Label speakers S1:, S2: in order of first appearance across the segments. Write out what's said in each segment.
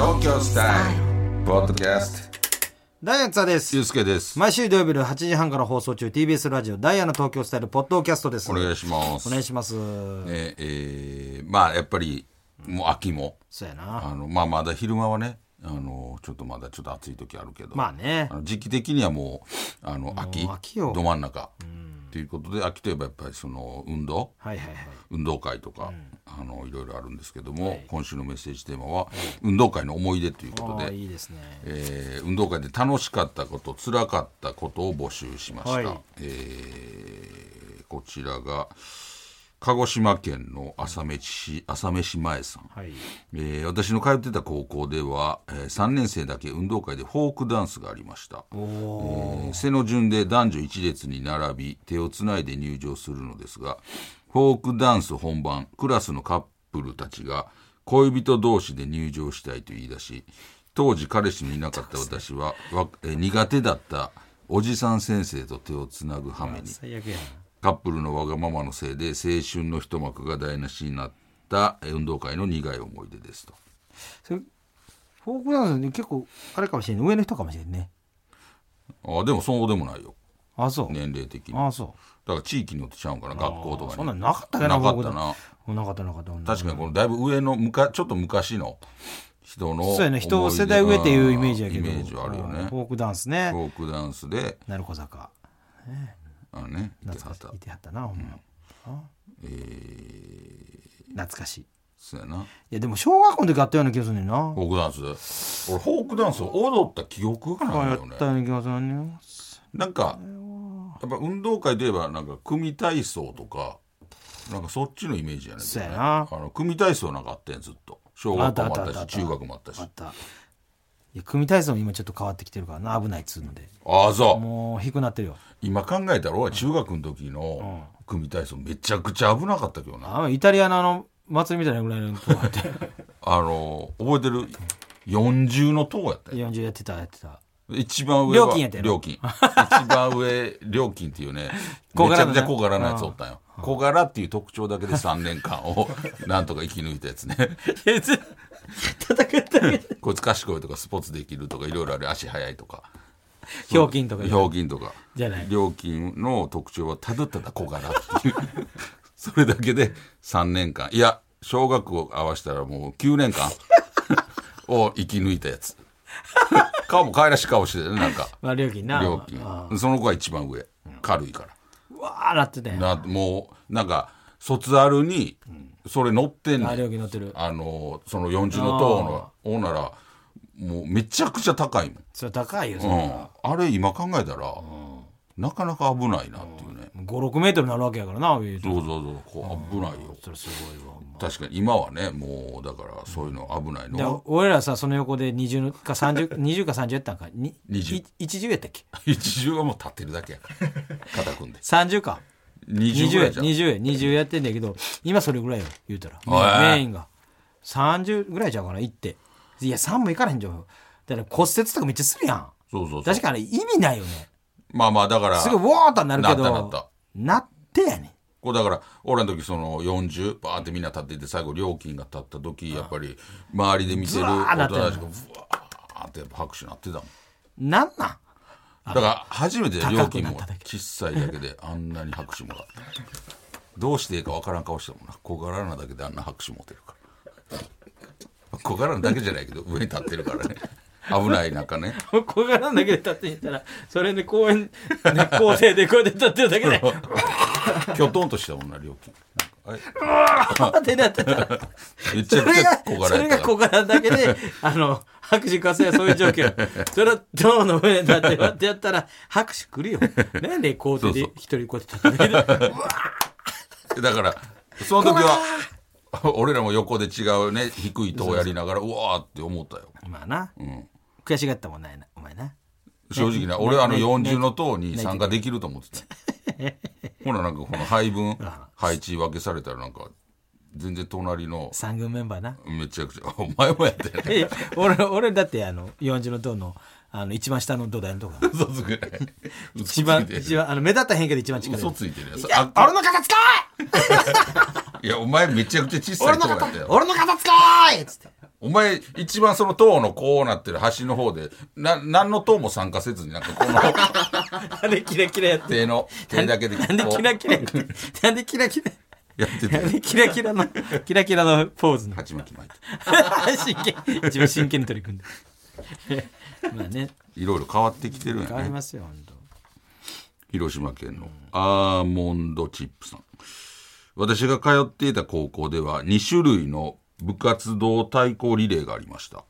S1: ョンスタイルポッドキャスト
S2: ダイアンツァです
S1: ゆうすけです、
S2: 毎週土曜日の8時半から放送中 TBS ラジオダイアンの東京スタイルポッドキャストです
S1: お願いします
S2: お願いします
S1: ええーまあやっぱりもう秋も
S2: そうやな
S1: あのまあまだ昼間はねあのちょっとまだちょっと暑い時あるけど
S2: まあね
S1: あの時期的にはもうあの秋
S2: 秋よ
S1: ど真ん中ということで秋といえばやっぱりその運動
S2: はいはいはい
S1: 運動会とか、あのいろいろあるんですけども、今週のメッセージテーマは「運動会の思い出」ということ
S2: ああ
S1: で
S2: いいですね
S1: えー運動会で楽しかったこと辛かったことを募集しました、
S2: はい
S1: えーこちらが鹿児島県の朝飯市朝飯前さん、
S2: はい
S1: えー私の通ってた高校では、え3年生だけ運動会でフォークダンスがありました、えー背の順で男女一列に並び手をつないで入場するのですがフォークダンス本番クラスのカップルたちが恋人同士で入場したいと言い出し当時彼氏もいなかった私は、わえー苦手だったおじさん先生と手をつなぐ羽目に
S2: 最悪や
S1: カップルのわがままのせいで青春の一幕が台無しになったえー運動会の苦い思い出ですと
S2: それフォークダンスね結構あれかもしれない上の人かもしれんね
S1: あでもそうでもないよ
S2: あそう、
S1: 年齢的にだ
S2: あ
S1: か
S2: そ
S1: ら地域によってちゃうんかな学校と
S2: う
S1: か
S2: そん
S1: に
S2: なんなかったけど
S1: なかったな
S2: なかったなかった
S1: 確かにこのだいぶ上のむかちょっと昔の人の
S2: そうやね人
S1: 思い出
S2: 世代上っていうイメージやけど
S1: イメージはあるよね
S2: フ
S1: フ
S2: ォークダンスね
S1: ォークダンスで
S2: 鳴子坂
S1: あのねいては
S2: 懐
S1: った
S2: かしいいてはったなほんま、
S1: えー
S2: 懐かしいい
S1: そうやな
S2: やでも小学校の時あったような気がするねんな
S1: フォークダンス俺フォークダンスを踊った記憶がない
S2: や
S1: よ
S2: ったよ
S1: ね
S2: うな気がするね
S1: なんかやっぱ運動会といえばなんか組体操とかなんかそっちのイメージやねんけどね
S2: そうやな
S1: あの組体操なんかあったやんずっと小学校もあったし中学もあったし
S2: あったいや組体操も今ちょっと変わってきてるからな危ないっつうので
S1: ああそう
S2: もう低くなってるよ
S1: 今考えたら俺中学の時の組体操めちゃくちゃ危なかったけどな
S2: あイタリアのあの祭りみたいなぐらいのとこやって
S1: あの覚えてる40の塔やったよ
S2: 40やってたやって た
S1: 一番上は
S2: 料金やったよ
S1: 料金一番上料金っていうね
S2: 小
S1: めち
S2: 柄な
S1: ゃく
S2: ね
S1: ちゃ小柄なやつおったんよ小柄っていう特徴だけで3年間を なんとか生き抜いたやつね
S2: 戦った
S1: こいつ賢いとかスポーツできるとかいろいろある足速いとか
S2: ひょうきんとか
S1: ひょうきんとか
S2: じゃない
S1: 料金の特徴はただただ小柄っていう それだけで3年間いや小学校合わせたらもう9年間 を生き抜いたやつ 顔も可愛らしい顔してるねなんか
S2: まあ料金な
S1: 料金その子は一番上軽いか
S2: うわーなってたやん
S1: らなもうなんか卒アルにそれ乗ってんね
S2: あ料
S1: ん
S2: 金乗ってる
S1: あのその40の塔の方ならもうめちゃくちゃ高いもん
S2: それ高いよそれ
S1: うん、あれ今考えたら、なかなか危ないなっていうね、
S2: 56メートルになるわけやからな上言うと
S1: どうぞどうぞこう危ないよ、
S2: それすごいわほんま
S1: 確かに今はねもうだからそういうの危ない
S2: で
S1: のは、
S2: 俺らさその横で20か30 20か30やったんかに
S1: 20
S2: い10やったっけ
S1: 一重はもう立ってるだけや から肩組んで
S2: 30か
S1: 20ぐ
S2: 20
S1: ら
S2: や
S1: いじゃん
S2: 20や20やってんだけど今それぐらいよ言うたら
S1: おい
S2: メインメインが30ぐらいちゃうかな行っていや3もいかれへんじゃんだから骨折とかめっちゃするやん
S1: そうそうそう
S2: 確かに意味ないよね
S1: まあまあだから
S2: すごいウォーっとなるけど
S1: なったなった
S2: なってやね
S1: こうだから俺の時その40バーってみんな立っていて最後料金が立った時やっぱり周りで見てる
S2: ずわーな
S1: 大人
S2: ってる
S1: たちがブワーってやっぱ拍手なってたもん
S2: んなん なん
S1: だから初めて料
S2: 高く
S1: 金
S2: なっ
S1: も
S2: ただけ
S1: 小さいだけであんなに拍手もらったどうしていいかわからん顔してもんな小柄なだけであんな拍手持てるから小柄なだけじゃないけど上に立ってるからね危ない中ね
S2: 小柄だけで立っていたらそれで公園校生でこうやって立ってるだ けで
S1: きょとんとしたもんな料金なんかあ
S2: ってなってた
S1: れめち
S2: そ
S1: ゃく
S2: れ
S1: ちゃ
S2: が
S1: 小
S2: そ
S1: 柄や
S2: れ
S1: ったか
S2: が
S1: ら
S2: 小柄だ けであの拍手喝采やそういう状況それは銅の上に立ってわってやったら拍手くるよなんで校庭で
S1: そうそう
S2: 一人こうやって立って るけど
S1: だからその時は俺らも横で違うね低い塔やりながらうわーって思ったよ
S2: まあな、悔しがったもんないなお前な
S1: 正直な俺はあの40の塔に参加できると思ってたほらなんかこの配 分配置分けされたらなんか全然隣の
S2: 三軍メンバーな
S1: めちゃくちゃ お前もやったよね
S2: え俺俺だってあの40の銅のあの一番下の土台のとこ
S1: 嘘つくない嘘つ
S2: 一
S1: い
S2: 番
S1: てる
S2: 一番あの目立った変化で一番近い
S1: 嘘ついてるやつ
S2: あ俺の肩使
S1: いやお前めちゃくちゃ小
S2: お
S1: さい
S2: い俺
S1: 塔
S2: の
S1: やった
S2: 肩
S1: よ
S2: 俺の肩使おいっつって
S1: お前、一番その塔のこうなってる端の方で、な、何の塔も参加せずに、なんかこの
S2: あれキラキラやって
S1: 手の、手だけでこ
S2: な
S1: うん
S2: でキラキラやってなんでキラキラ
S1: やって
S2: なん
S1: て、
S2: でキラキラのキラキラのポーズの
S1: 鉢巻き巻いて。
S2: 真剣自分真剣に取り組んでまあね
S1: いろいろ変わってきてるんや
S2: 変わり
S1: ね。
S2: ますよ本当
S1: 広島県のアーモンドチップさん。私が通っていた高校では2種類の部活動対抗リレーがありました。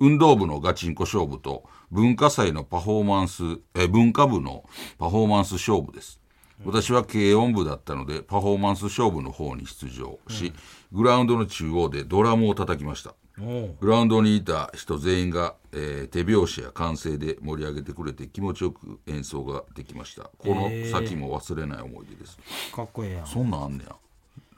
S1: 運動部のガチンコ勝負と文化祭のパフォーマンス、え、文化部のパフォーマンス勝負です。私は軽音部だったのでパフォーマンス勝負の方に出場し、グラウンドの中央でドラムを叩きました。グラウンドにいた人全員が、えー手拍子や歓声で盛り上げてくれて気持ちよく演奏ができましたこの先も忘れない思い出です、
S2: かっこええやん
S1: そんなんあんねや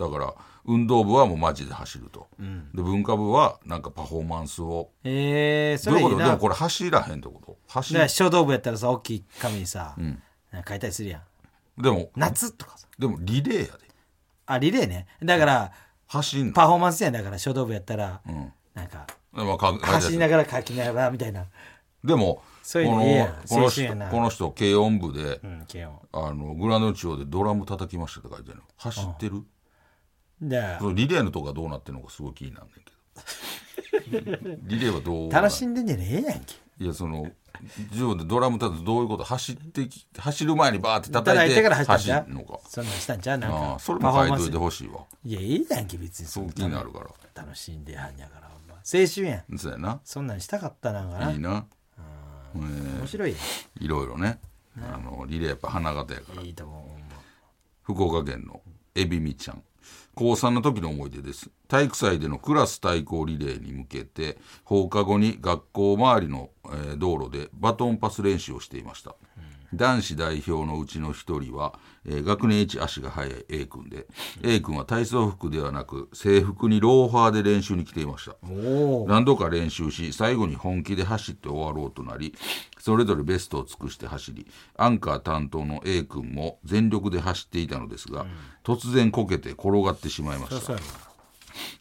S1: だから運動部はもうマジで走ると、で文化部はなんかパフォーマンスを
S2: ええそ
S1: どう
S2: れ
S1: い
S2: いうい
S1: こ
S2: な
S1: とでもこれ走らへんってこと走
S2: だから書道部やったらさ大きい紙にさ、なんか書いたりするやん
S1: でも
S2: 夏とかさ
S1: でもリレーやで
S2: あリレーねだから
S1: 走んの、
S2: パフォーマンスやんだから書道部やったら、
S1: ん
S2: なんか
S1: まあか
S2: 走りながら書きながらみたいな
S1: でも
S2: そういうの嫌や
S1: このこの
S2: 青春や
S1: 人
S2: な
S1: この人軽音部で、
S2: うん慶応
S1: あのグラウンドの中央でドラム叩きましたって書いてあるの走ってる、
S2: だから
S1: そのリレーのとこがどうなってるのかすごい気になんねんけ どリレーはどう
S2: 楽しんでんじゃねえやんけ
S1: いやその自分でドラム叩くとどういうこと走ってき走る前にバーって
S2: 叩
S1: 叩
S2: い
S1: い
S2: て
S1: て
S2: から走
S1: 走
S2: った
S1: る
S2: んじゃ
S1: の
S2: う
S1: か
S2: そんなんしたんじゃうなん
S1: ああ
S2: か
S1: それ
S2: パ
S1: も
S2: フォー
S1: 書い
S2: マン
S1: と
S2: ス
S1: いてほしいわ
S2: いやいいやんけ別に
S1: そ
S2: そうの
S1: 気になるから
S2: 楽しんではんやからほんま青春やん
S1: そうやな
S2: そんなんしたかったなんかない
S1: いな
S2: 面白い
S1: いろいろねあのリレーやっぱ花形やから
S2: やんいいと思うほんま
S1: 福岡県のエビミちゃん高3の時の思い出です体育祭でのクラス対抗リレーに向けて放課後に学校周りの、えー道路でバトンパス練習をしていました、男子代表のうちの一人は、えー学年一足が速い A 君で A 君は体操服ではなく制服にローファーで練習に来ていました
S2: おお
S1: 何度か練習し最後に本気で走って終わろうとなりそれぞれベストを尽くして走りアンカー担当の A 君も全力で走っていたのですが、突然こけて転がってしまいました
S2: そうやろ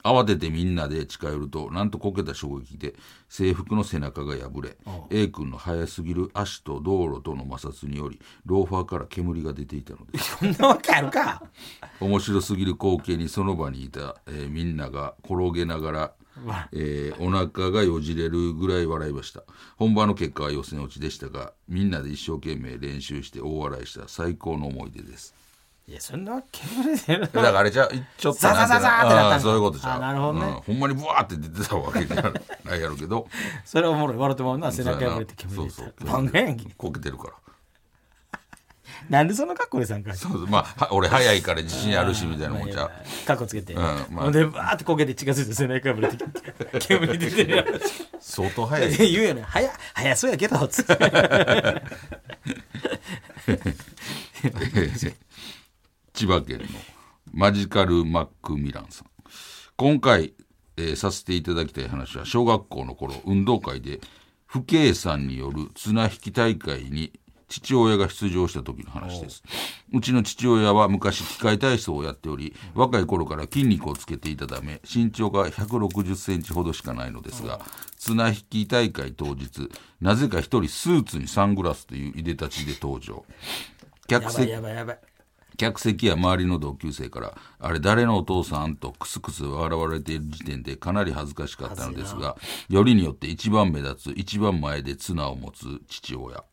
S1: 慌ててみんなで近寄るとなんとこけた衝撃で制服の背中が破れ A 君の速すぎる足と道路との摩擦によりローファーから煙が出ていたのです
S2: こんなわけあるか
S1: 面白すぎる光景にその場にいた、えーみんなが転げながら、えーお腹がよじれるぐらい笑いました本番の結果は予選落ちでしたがみんなで一生懸命練習して大笑いした最高の思い出です
S2: いやそんなわけある
S1: だからあれじゃちょっと
S2: ザザザザーってなったんだ
S1: あーそういうことじゃ
S2: あ
S1: ん
S2: なるほどね
S1: うんほんまにブワーって出てたわけじゃないやろうけ ど
S2: それおもろい笑ってもらうな背中破れて
S1: そ
S2: 煙
S1: う
S2: 出
S1: そ
S2: た
S1: う
S2: なんでやんけ
S1: こけてるから
S2: なんでその格好で参加して
S1: そうそうまあは俺早いから自信あるしみたいなもんじゃう
S2: かっこつけて、
S1: まあ
S2: ほんでバーってこけて近づいて背中ぶれて煙出てるやろ
S1: 相当早い
S2: 言うよね早早そうや けどつって
S1: 千葉県のマジカル・マック・ミランさん今回、えーさせていただきたい話は小学校の頃運動会で父兄さんによる綱引き大会に父親が出場した時の話ですうちの父親は昔機械体操をやっており若い頃から筋肉をつけていたため身長が1 6 0センチほどしかないのですが綱引き大会当日なぜか一人スーツにサングラスといういでたちで登場
S2: や
S1: 客
S2: ばい
S1: 席
S2: やばいやばい
S1: 客席や周りの同級生から「あれ誰のお父さん?」とクスクス笑われている時点でかなり恥ずかしかったのですがよりによって一番目立つ一番前で綱を持つ父親、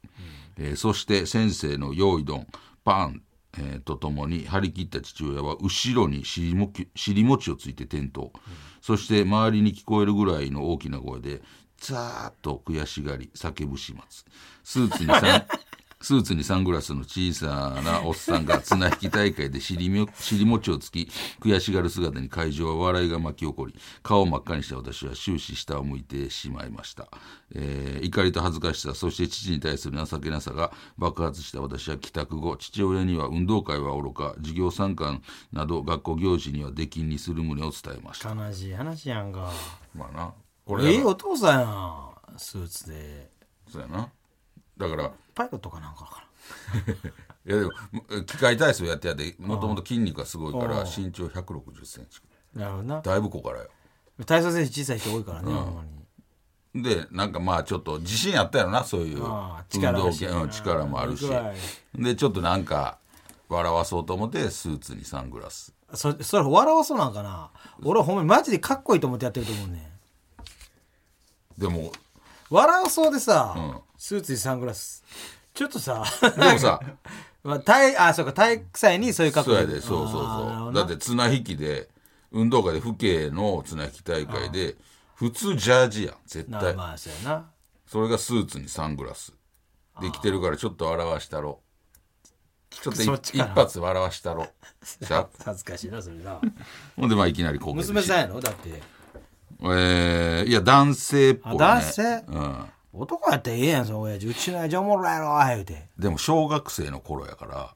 S1: えーそして先生の用意ドンパン、えーとともに張り切った父親は後ろに尻もき尻餅をついて転倒、そして周りに聞こえるぐらいの大きな声でザーッと悔しがり叫ぶ始末スーツにさんスーツにサングラスの小さなおっさんが綱引き大会で尻みょ 尻餅をつき悔しがる姿に会場は笑いが巻き起こり顔を真っ赤にした私は終始下を向いてしまいました、えー怒りと恥ずかしさそして父に対する情けなさが爆発した私は帰宅後父親には運動会はおろか授業参観など学校行事には出禁にする旨を伝えました
S2: 悲しい話やんか
S1: まあな
S2: え
S1: これ
S2: え
S1: だか
S2: お父さんやんスーツで
S1: らそうやなだから
S2: パイロットかなんかか
S1: いやでもむ機械体操やってやってもともと筋肉がすごいから身長1 6 0ンチ
S2: ななるほどな
S1: だいぶこからよ
S2: 体操選手小さい人多いからね、ほんまに
S1: でなんかまあちょっと自信あったやろなそういう運
S2: ああ力
S1: 動
S2: だし
S1: 系うん力もあるし
S2: うまい
S1: でちょっとなんか笑わそうと思ってスーツにサングラス
S2: そそれ笑わそうなんかな俺はほんまにマジでかっこいいと思ってやってると思うねん
S1: でも
S2: 笑わそうでさ、
S1: うん
S2: スーツにサングラスちょっとさ
S1: でもさ
S2: まあ、体あそうか体育祭にそういう格
S1: そう
S2: 好
S1: やでそうそう
S2: あーなるほ
S1: そう
S2: どな
S1: だって綱引きで運動会で府警の綱引き大会で普通ジャージやん絶
S2: な
S1: 対
S2: まあそうやな
S1: それがスーツにサングラスできてるからちょっと笑わしたろちょっとい
S2: そっち
S1: 一
S2: かな
S1: 発笑わしたろじゃ
S2: 恥ずかしいなそれな
S1: ほんでまあいきなりこけるし
S2: 娘さんやろ だって
S1: えーいや男性っぽい、ね、
S2: あ男性
S1: うん
S2: 男やったらええやんその親父うちの親父おもろいやろ言うて
S1: でも小学生の頃やから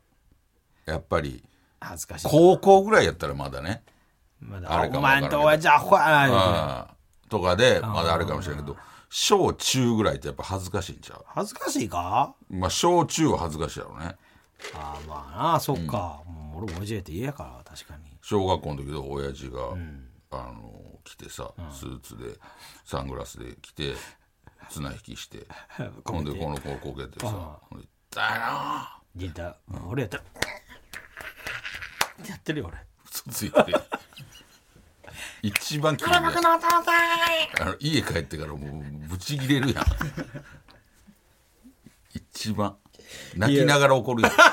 S1: やっぱり
S2: 恥ずかしい
S1: 高校ぐらいやったらまだね
S2: ま
S1: あ
S2: だ
S1: れかも
S2: お
S1: わからん
S2: 前
S1: け
S2: ん
S1: ど
S2: と親父アホやな言うて
S1: あーとかでまだあるかもしれないけど小中ぐらいってやっぱ恥ずかしいんちゃう
S2: 恥ずかしいか
S1: まあ小中は恥ずかしいやろね
S2: ああまあなそっか、もう俺も親父やって家やから確かに
S1: 小学校の時の親父が、あの来てさスーツでサングラスで来て綱引きして ほんでこの子こけてさ「ほんでだよな
S2: 出た、俺やったらやってるよ俺
S1: 嘘ついて一番嫌いなあの家帰ってからもうブチ切れるやん一番泣きながら怒るやん
S2: 二度と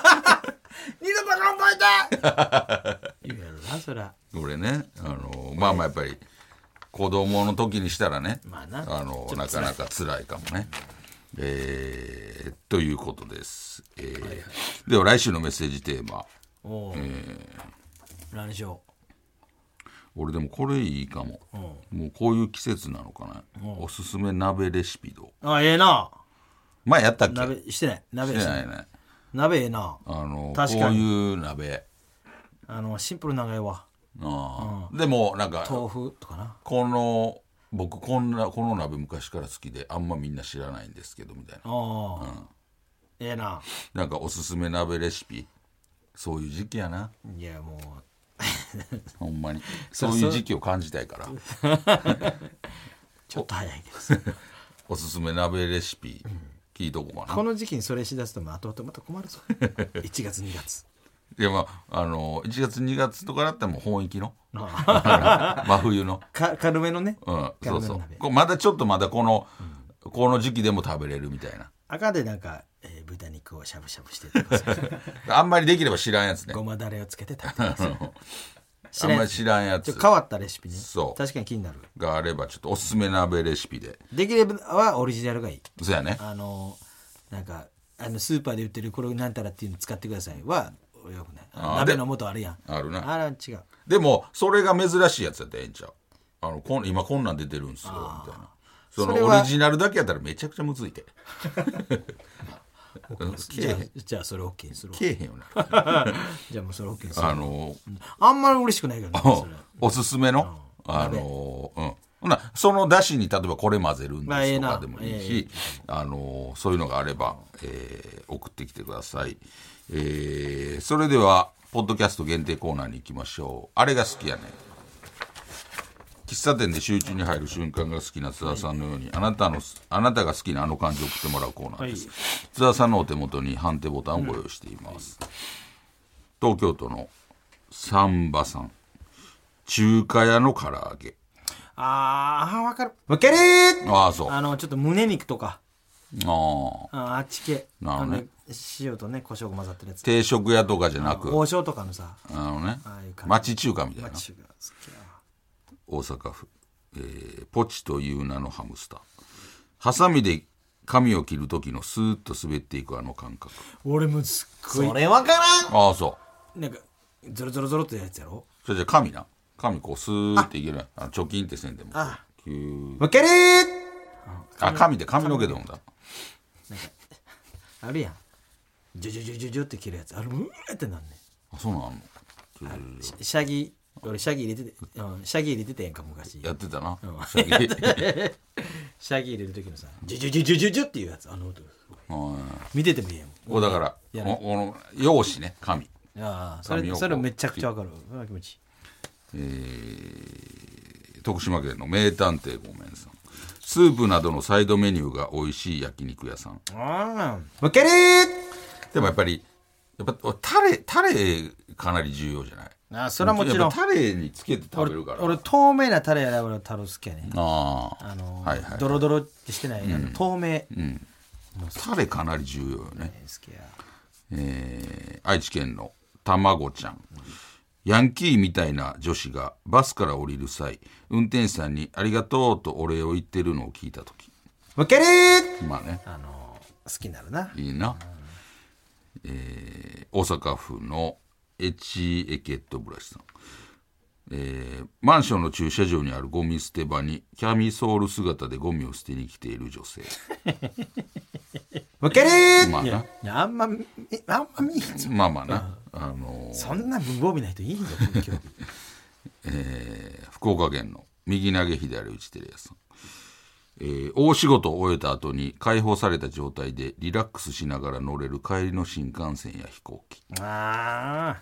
S2: 頑張りたい言うやろなそら
S1: 俺ねあのまあまあやっぱり子供の時にしたらね、
S2: まあな
S1: の
S2: ちょ
S1: な
S2: っと
S1: か
S2: 辛い
S1: なか辛いかもね。えーということです、えーでは来週のメッセージテーマ
S2: おう、何しよ
S1: 俺でもこれいいかも、もうこういう季節なのかな、おすすめ鍋レシピどう
S2: うあええな
S1: 前やったっけ
S2: 鍋してない鍋
S1: して
S2: してな
S1: ないいね
S2: 鍋ええな
S1: あのこう
S2: 確かに
S1: いう鍋
S2: あのシンプルなのがええわ
S1: あー、でもなんか
S2: 豆腐とかな
S1: この僕こんなこの鍋昔から好きであんまみんな知らないんですけどみたいな
S2: ああ、ええな
S1: なんかおすすめ鍋レシピそういう時期やない
S2: やもう
S1: ほんまにそういう時期を感じたいから
S2: ちょっと早いけどさ
S1: おすすめ鍋レシピ聞いとこうかな
S2: この時期にそれしだすとまあ後々また困る ぞ1月2月
S1: いやまああの1月2月とかだったらもう本域の
S2: あ
S1: 真冬の
S2: あ か軽めのね、
S1: うん
S2: 軽
S1: そ
S2: め
S1: う
S2: の
S1: そう
S2: 鍋
S1: こうまだちょっとまだこのこの時期でも食べれるみたいな
S2: 赤でなんか、えー豚肉をしゃぶしゃぶしてとか さ
S1: あんまりできれば知らんやつね
S2: ごまだれをつけて食べてます
S1: あんまり知らんや
S2: ちょ
S1: つ
S2: っと変わったレシピね
S1: そう
S2: 確かに気になる
S1: があればちょっとおすすめ鍋レシピで
S2: できればはオリジナルがいい
S1: そうやね
S2: あのなんかあのスーパーで売ってるこれなんたらっていうの使ってくださいはよくない
S1: あー
S2: 鍋の素あるやん
S1: あるな
S2: あら違う
S1: でもそれが珍しいやつやったらええんちゃうあのこん今こんなん出てるんすよみたいなそ
S2: それ
S1: の
S2: は
S1: オリジナルだけやったらめちゃくちゃむずいてうんけえ
S2: じ
S1: へ
S2: ゃあ
S1: ん
S2: じゃあそれ OK にするわ
S1: けえへんよな
S2: じゃあもうそれ OK にする
S1: あの
S2: あんまり嬉しくないけどねそれ
S1: おすすめのあのうんほなそのだしに例えばこれ混ぜるん
S2: まあ
S1: で
S2: ええ
S1: すと
S2: な
S1: かでもいいし、あのそういうのがあれば、えー送ってきてください、えーそれではポッドキャスト限定コーナーに行きましょうあれが好きやねん喫茶店で集中に入る瞬間が好きな津田さんのように、あなたのあなたが好きなあの漢字を送ってもらうコーナーです、津田さんのお手元に判定ボタンをご用意しています、東京都のサンバさん中華屋の唐揚げ
S2: ああわかるわかるー
S1: ああそうあ
S2: あのちょっと胸肉とか
S1: あ
S2: あーあっち系
S1: なるほどね
S2: あの塩とね胡椒が混ざってるやつ
S1: 定食屋とかじゃなく
S2: 王将とかのさ
S1: あのね
S2: ああいう感じ
S1: 町中華みたいな
S2: 違う好きやわ
S1: 大阪府、えーポチという名のハムスターハサミで髪を切る時のスーッと滑っていくあの感覚
S2: 俺もすっごいそれわからん
S1: ああそう
S2: なんかゾロゾロゾロってやつやろ
S1: それじゃあ紙な紙こうスーっていけるやんあの貯金ってせんでも
S2: あ
S1: キュー
S2: わかるー
S1: あ紙で髪の毛でもんだ
S2: あるやんジュジュジュジュジュって切るやつあれうーってなんね
S1: あそうなんあんの
S2: んシシャギ俺シャギ入れてて、うん、シャギ入れてたやんか昔
S1: やってたな、
S2: ん
S1: シャ キ
S2: シャギ入れる時のさジュジュジュジュジュジュっていうやつあの音
S1: うん
S2: 見ててもいいやん
S1: こうだから
S2: や
S1: ここの用紙ね紙
S2: ああそ
S1: 髪を
S2: れ
S1: こう
S2: それめちゃくちゃわかるうわ気持ちいい
S1: 東徳島県の名探偵ごめんさんスープなどのサイドメニューが美味しい焼肉屋さん
S2: あーむけりー
S1: でもやっぱりやっぱタレタレかなり重要じゃない
S2: あーそれはもちろん
S1: やっぱタレにつけて食べるから
S2: 俺透明なタレやら俺タロ好きやね
S1: ああ
S2: あの、
S1: はいはい
S2: ドロドロってしてない、あの透明好
S1: タレかなり重要よね
S2: きや
S1: えー愛知県のたまごちゃんヤンキーみたいな女子がバスから降りる際運転手さんに「ありがとう」とお礼を言ってるのを聞いた時
S2: むけりー
S1: まあね
S2: あの好きになるない
S1: いな、えー大阪府のエチエケットブラシさん、えーマンションの駐車場にあるゴミ捨て場にキャミソール姿でゴミを捨てに来ている女 性
S2: むけりー
S1: まあ
S2: いや
S1: ない
S2: やあんまみあんま見えんぞ
S1: まあまあな、あのー
S2: そんな無防備な人いいんだよ今日
S1: えー福岡県の右投げ左打ちテレ屋さん、えー大仕事を終えた後に解放された状態でリラックスしながら乗れる帰りの新幹線や飛行機
S2: あ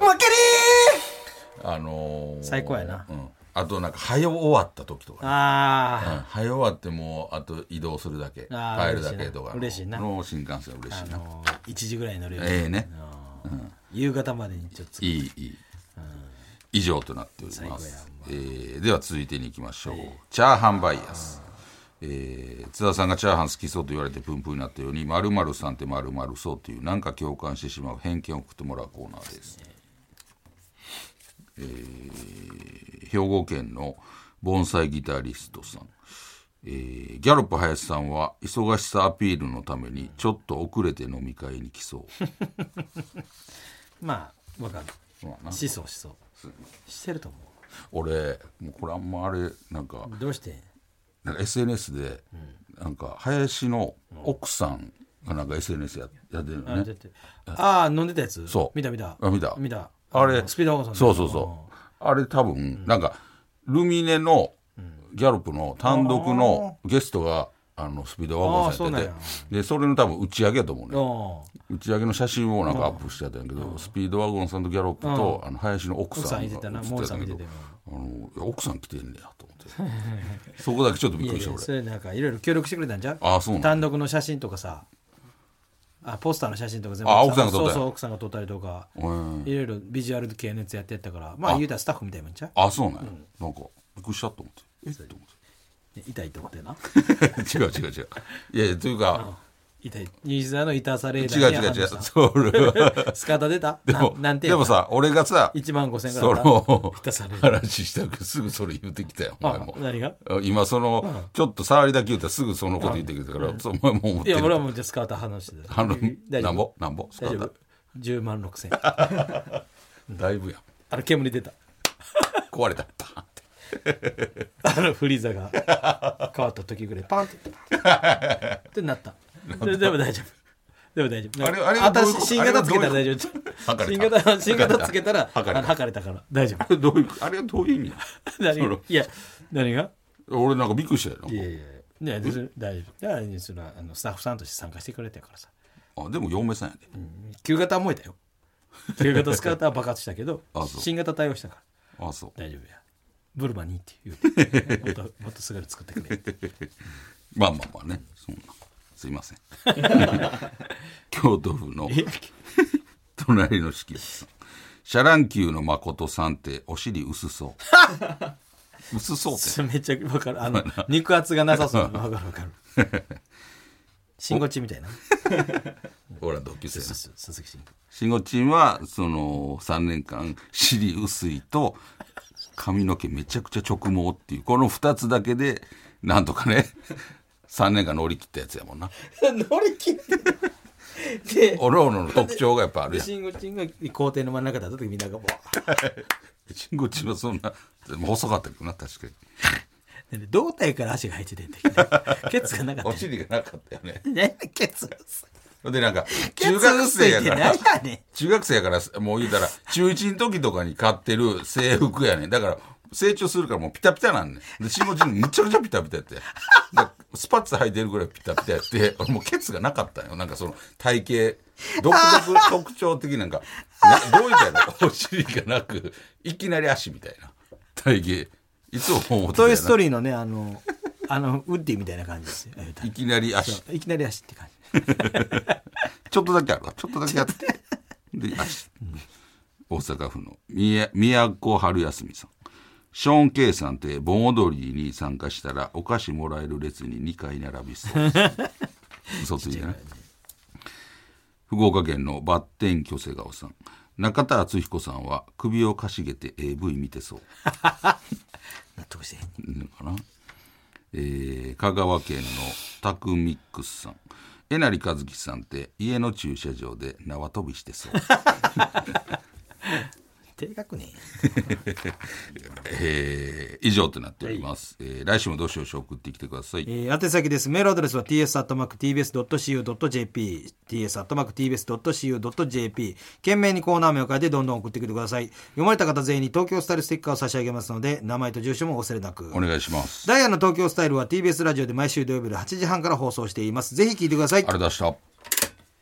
S2: あむけり
S1: あのー
S2: 最高やな
S1: うん、あとなんか早終わった時とか
S2: ー
S1: ね
S2: ああ、
S1: うん早終わってもうあと移動するだけ
S2: あー
S1: 帰るだけとかの
S2: 嬉しいな
S1: の新幹線は嬉しい
S2: あ
S1: な
S2: の1時ぐらいに乗るよ、
S1: ええね
S2: 夕方までにちょっと
S1: いいいい以上となっております、えーでは続いてに行きましょう、チャーハンバイアスえー津田さんがチャーハン好きそうと言われてプンプンになったように〇〇さんって〇〇そうというなんか共感してしまう偏見を送ってもらうコーナーですえー兵庫県の盆栽ギタリストさん、えーギャロップ林さんは忙しさアピールのためにちょっと遅れて飲み会に来 そう
S2: まあわかる
S1: まあな
S2: しそうしそうしてると思
S1: 俺もうこれあんまあれなんか
S2: うどうして
S1: なんか SNS で、なんか林の奥さんがなんか SNS ややってるの
S2: あだっ
S1: ね。
S2: てああ飲んでたやつ
S1: そう
S2: 見た見た
S1: あ見た
S2: 見た
S1: あれ
S2: スピードワゴンさんの
S1: そうそうそう。あれ多分、なんかルミネのギャロップの単独のゲストがあのスピードワゴンさんやって
S2: あーそう
S1: て、でそれの多分打ち上げやと思うね。
S2: お
S1: 打ち上げの写真をなんかアップしてたんやけど、スピードワゴンさんとギャロップとあの林の奥
S2: 奥
S1: さ
S2: さん
S1: ん
S2: いてたな
S1: が
S2: モー
S1: 写
S2: ル
S1: って
S2: さ
S1: たんやけ
S2: ん見てて
S1: ど
S2: も、
S1: あのいや奥さん来てんねやと思っ て。そこだけちょっとび
S2: い
S1: っ
S2: や
S1: くりし
S2: い
S1: た
S2: や
S1: 俺。
S2: それなんかいろいろ協力してくれたんじゃう
S1: あーそうなんだ
S2: 単独の写真とかさあポスターの写真とか全部
S1: あ奥さんが撮ったん
S2: そう
S1: や
S2: そう奥さんが撮ったりとか
S1: うん
S2: いろいろビジュアル系のやつやってやったからまあ言うたらスタッフみたいなもんちゃう
S1: あそうなんや、なんかびっくりしたと思ってえっと思
S2: 痛いと思っ てな
S1: って違う違う違ういやいやというか
S2: 痛い西沢の痛さレー
S1: 違う
S2: ダーに
S1: 違う違う
S2: 反応し
S1: それは
S2: たスカート出た
S1: で
S2: な
S1: も
S2: なんて
S1: でもさ俺がさ
S2: 1万5千円
S1: そ
S2: ぐらいか
S1: の
S2: 痛さレーダー
S1: 話したけどすぐそれ言ってきたよお前
S2: あ
S1: も
S2: 何が
S1: 今そのちょっと触りだけ言ったらすぐそのこと言ってきたからそうお前もう思っ
S2: い
S1: て
S2: や
S1: る
S2: 俺はもうじゃあスカート話してた
S1: あの
S2: 大
S1: な
S2: 丈
S1: ん
S2: 夫
S1: ぼなんぼスカ
S2: 大丈
S1: ー
S2: 夫
S1: ト
S2: 10万6千円
S1: だいぶやん
S2: あの煙出た
S1: 壊れたパーンって
S2: あのフリーザが変わった時ぐらいパンってってなったででも大丈夫でも大丈夫
S1: あれあれはどういう
S2: 新
S1: こと
S2: 新型つけたら大丈
S1: あれは
S2: 夫
S1: どういうこ
S2: 新
S1: と
S2: 型新
S1: 測れた
S2: 型つけたら
S1: 測れた
S2: あの測れたから大 丈夫
S1: あれどういうあれはどういう意味な
S2: 何がいや何が
S1: の俺なんかびっくりしたよ
S2: い
S1: な
S2: やいやいや別に大丈夫だからそれはあのスタッフさんとして参加してくれたからさ
S1: あでも嫁さんやで
S2: 旧型は燃えたよ 旧型スカートは爆発したけど
S1: あそう
S2: 新型対応したから
S1: あそう
S2: 大丈夫やブルマにって言う てもっともっとすぐに作ってくれ
S1: まあまあまあね、そんな。すいません。 京都府の隣の敷地さん。シャランキューの誠さんってお尻薄そう。 薄そうって。
S2: めっちゃ分かる あの肉厚がなさそう分かる分かる信号地みたいな
S1: ほら、同級生
S2: そう
S1: の。
S2: そう鈴木慎吾
S1: しごちんは、その、3年間、尻薄いと、髪の毛めちゃくちゃ直毛っていう、この2つだけで、なんとかね、3年間乗り切ったやつやもんな。
S2: 乗り切ってで
S1: おろおろの特徴がやっぱあるやん。
S2: 慎吾ちんが校庭の真ん中だった時みんながも
S1: しんごちんはそんな、でも細かったけどな、確かに。
S2: うで胴体から足が入っててんだけどケツがなかった
S1: お尻がなかったよね。
S2: 何や ケツ薄い
S1: ほんでなんか、
S2: ケツ
S1: 中学
S2: 薄
S1: 生
S2: いっ
S1: や
S2: て
S1: か
S2: 何や
S1: ら、
S2: ねん
S1: 中学生やから、もう言うたら、中1の時とかに買ってる制服やねん。だから、成長するからもうピタピタなんねん。で、しもじんむちゃくちゃピタピタやって。でスパッツ履いてるぐらいピタピタやって、俺もうケツがなかったんよ。なんかその体型、独 特、特徴的なんか、などういうたらお尻がなく、いきなり足みたいな体型。いつも思ってた
S2: ト
S1: よ
S2: イ・
S1: な
S2: ストーリーのねあのあのウッディみたいな感じですよ言うたら
S1: いきなり足
S2: そういきなり足って感じ
S1: ちょっとだけあるわ。ちょっとだけやって。で、あし大阪府の宮宮古春休みさん。ショーン・ケイさんって盆踊りに参加したらお菓子もらえる列に2回並びそうです。 嘘ついてない。福岡県のバッテン巨瀬川さん。中田敦彦さんは首をかしげて AV 見てそう。
S2: 納得してへんね
S1: いいのかな、えー香川県のタクミックスさんえなりかずきさんって家の駐車場で縄跳びしてそう
S2: 低学年や
S1: えー以上となっております、えー来週もどしどし送ってきてください、
S2: えー、宛先です。メールアドレスは ts.tbs.cu.jp、ts.tbs.cu.jp、懸命にコーナー名を書いてどんどん送ってきてください。読まれた方全員に東京スタイルステッカーを差し上げますので、名前と住所もお忘れなく
S1: お。願いします
S2: ダイヤの東京スタイルは TBS ラジオで毎週土曜日の8時半から放送しています。ぜひ聞いてください
S1: あ。れ出した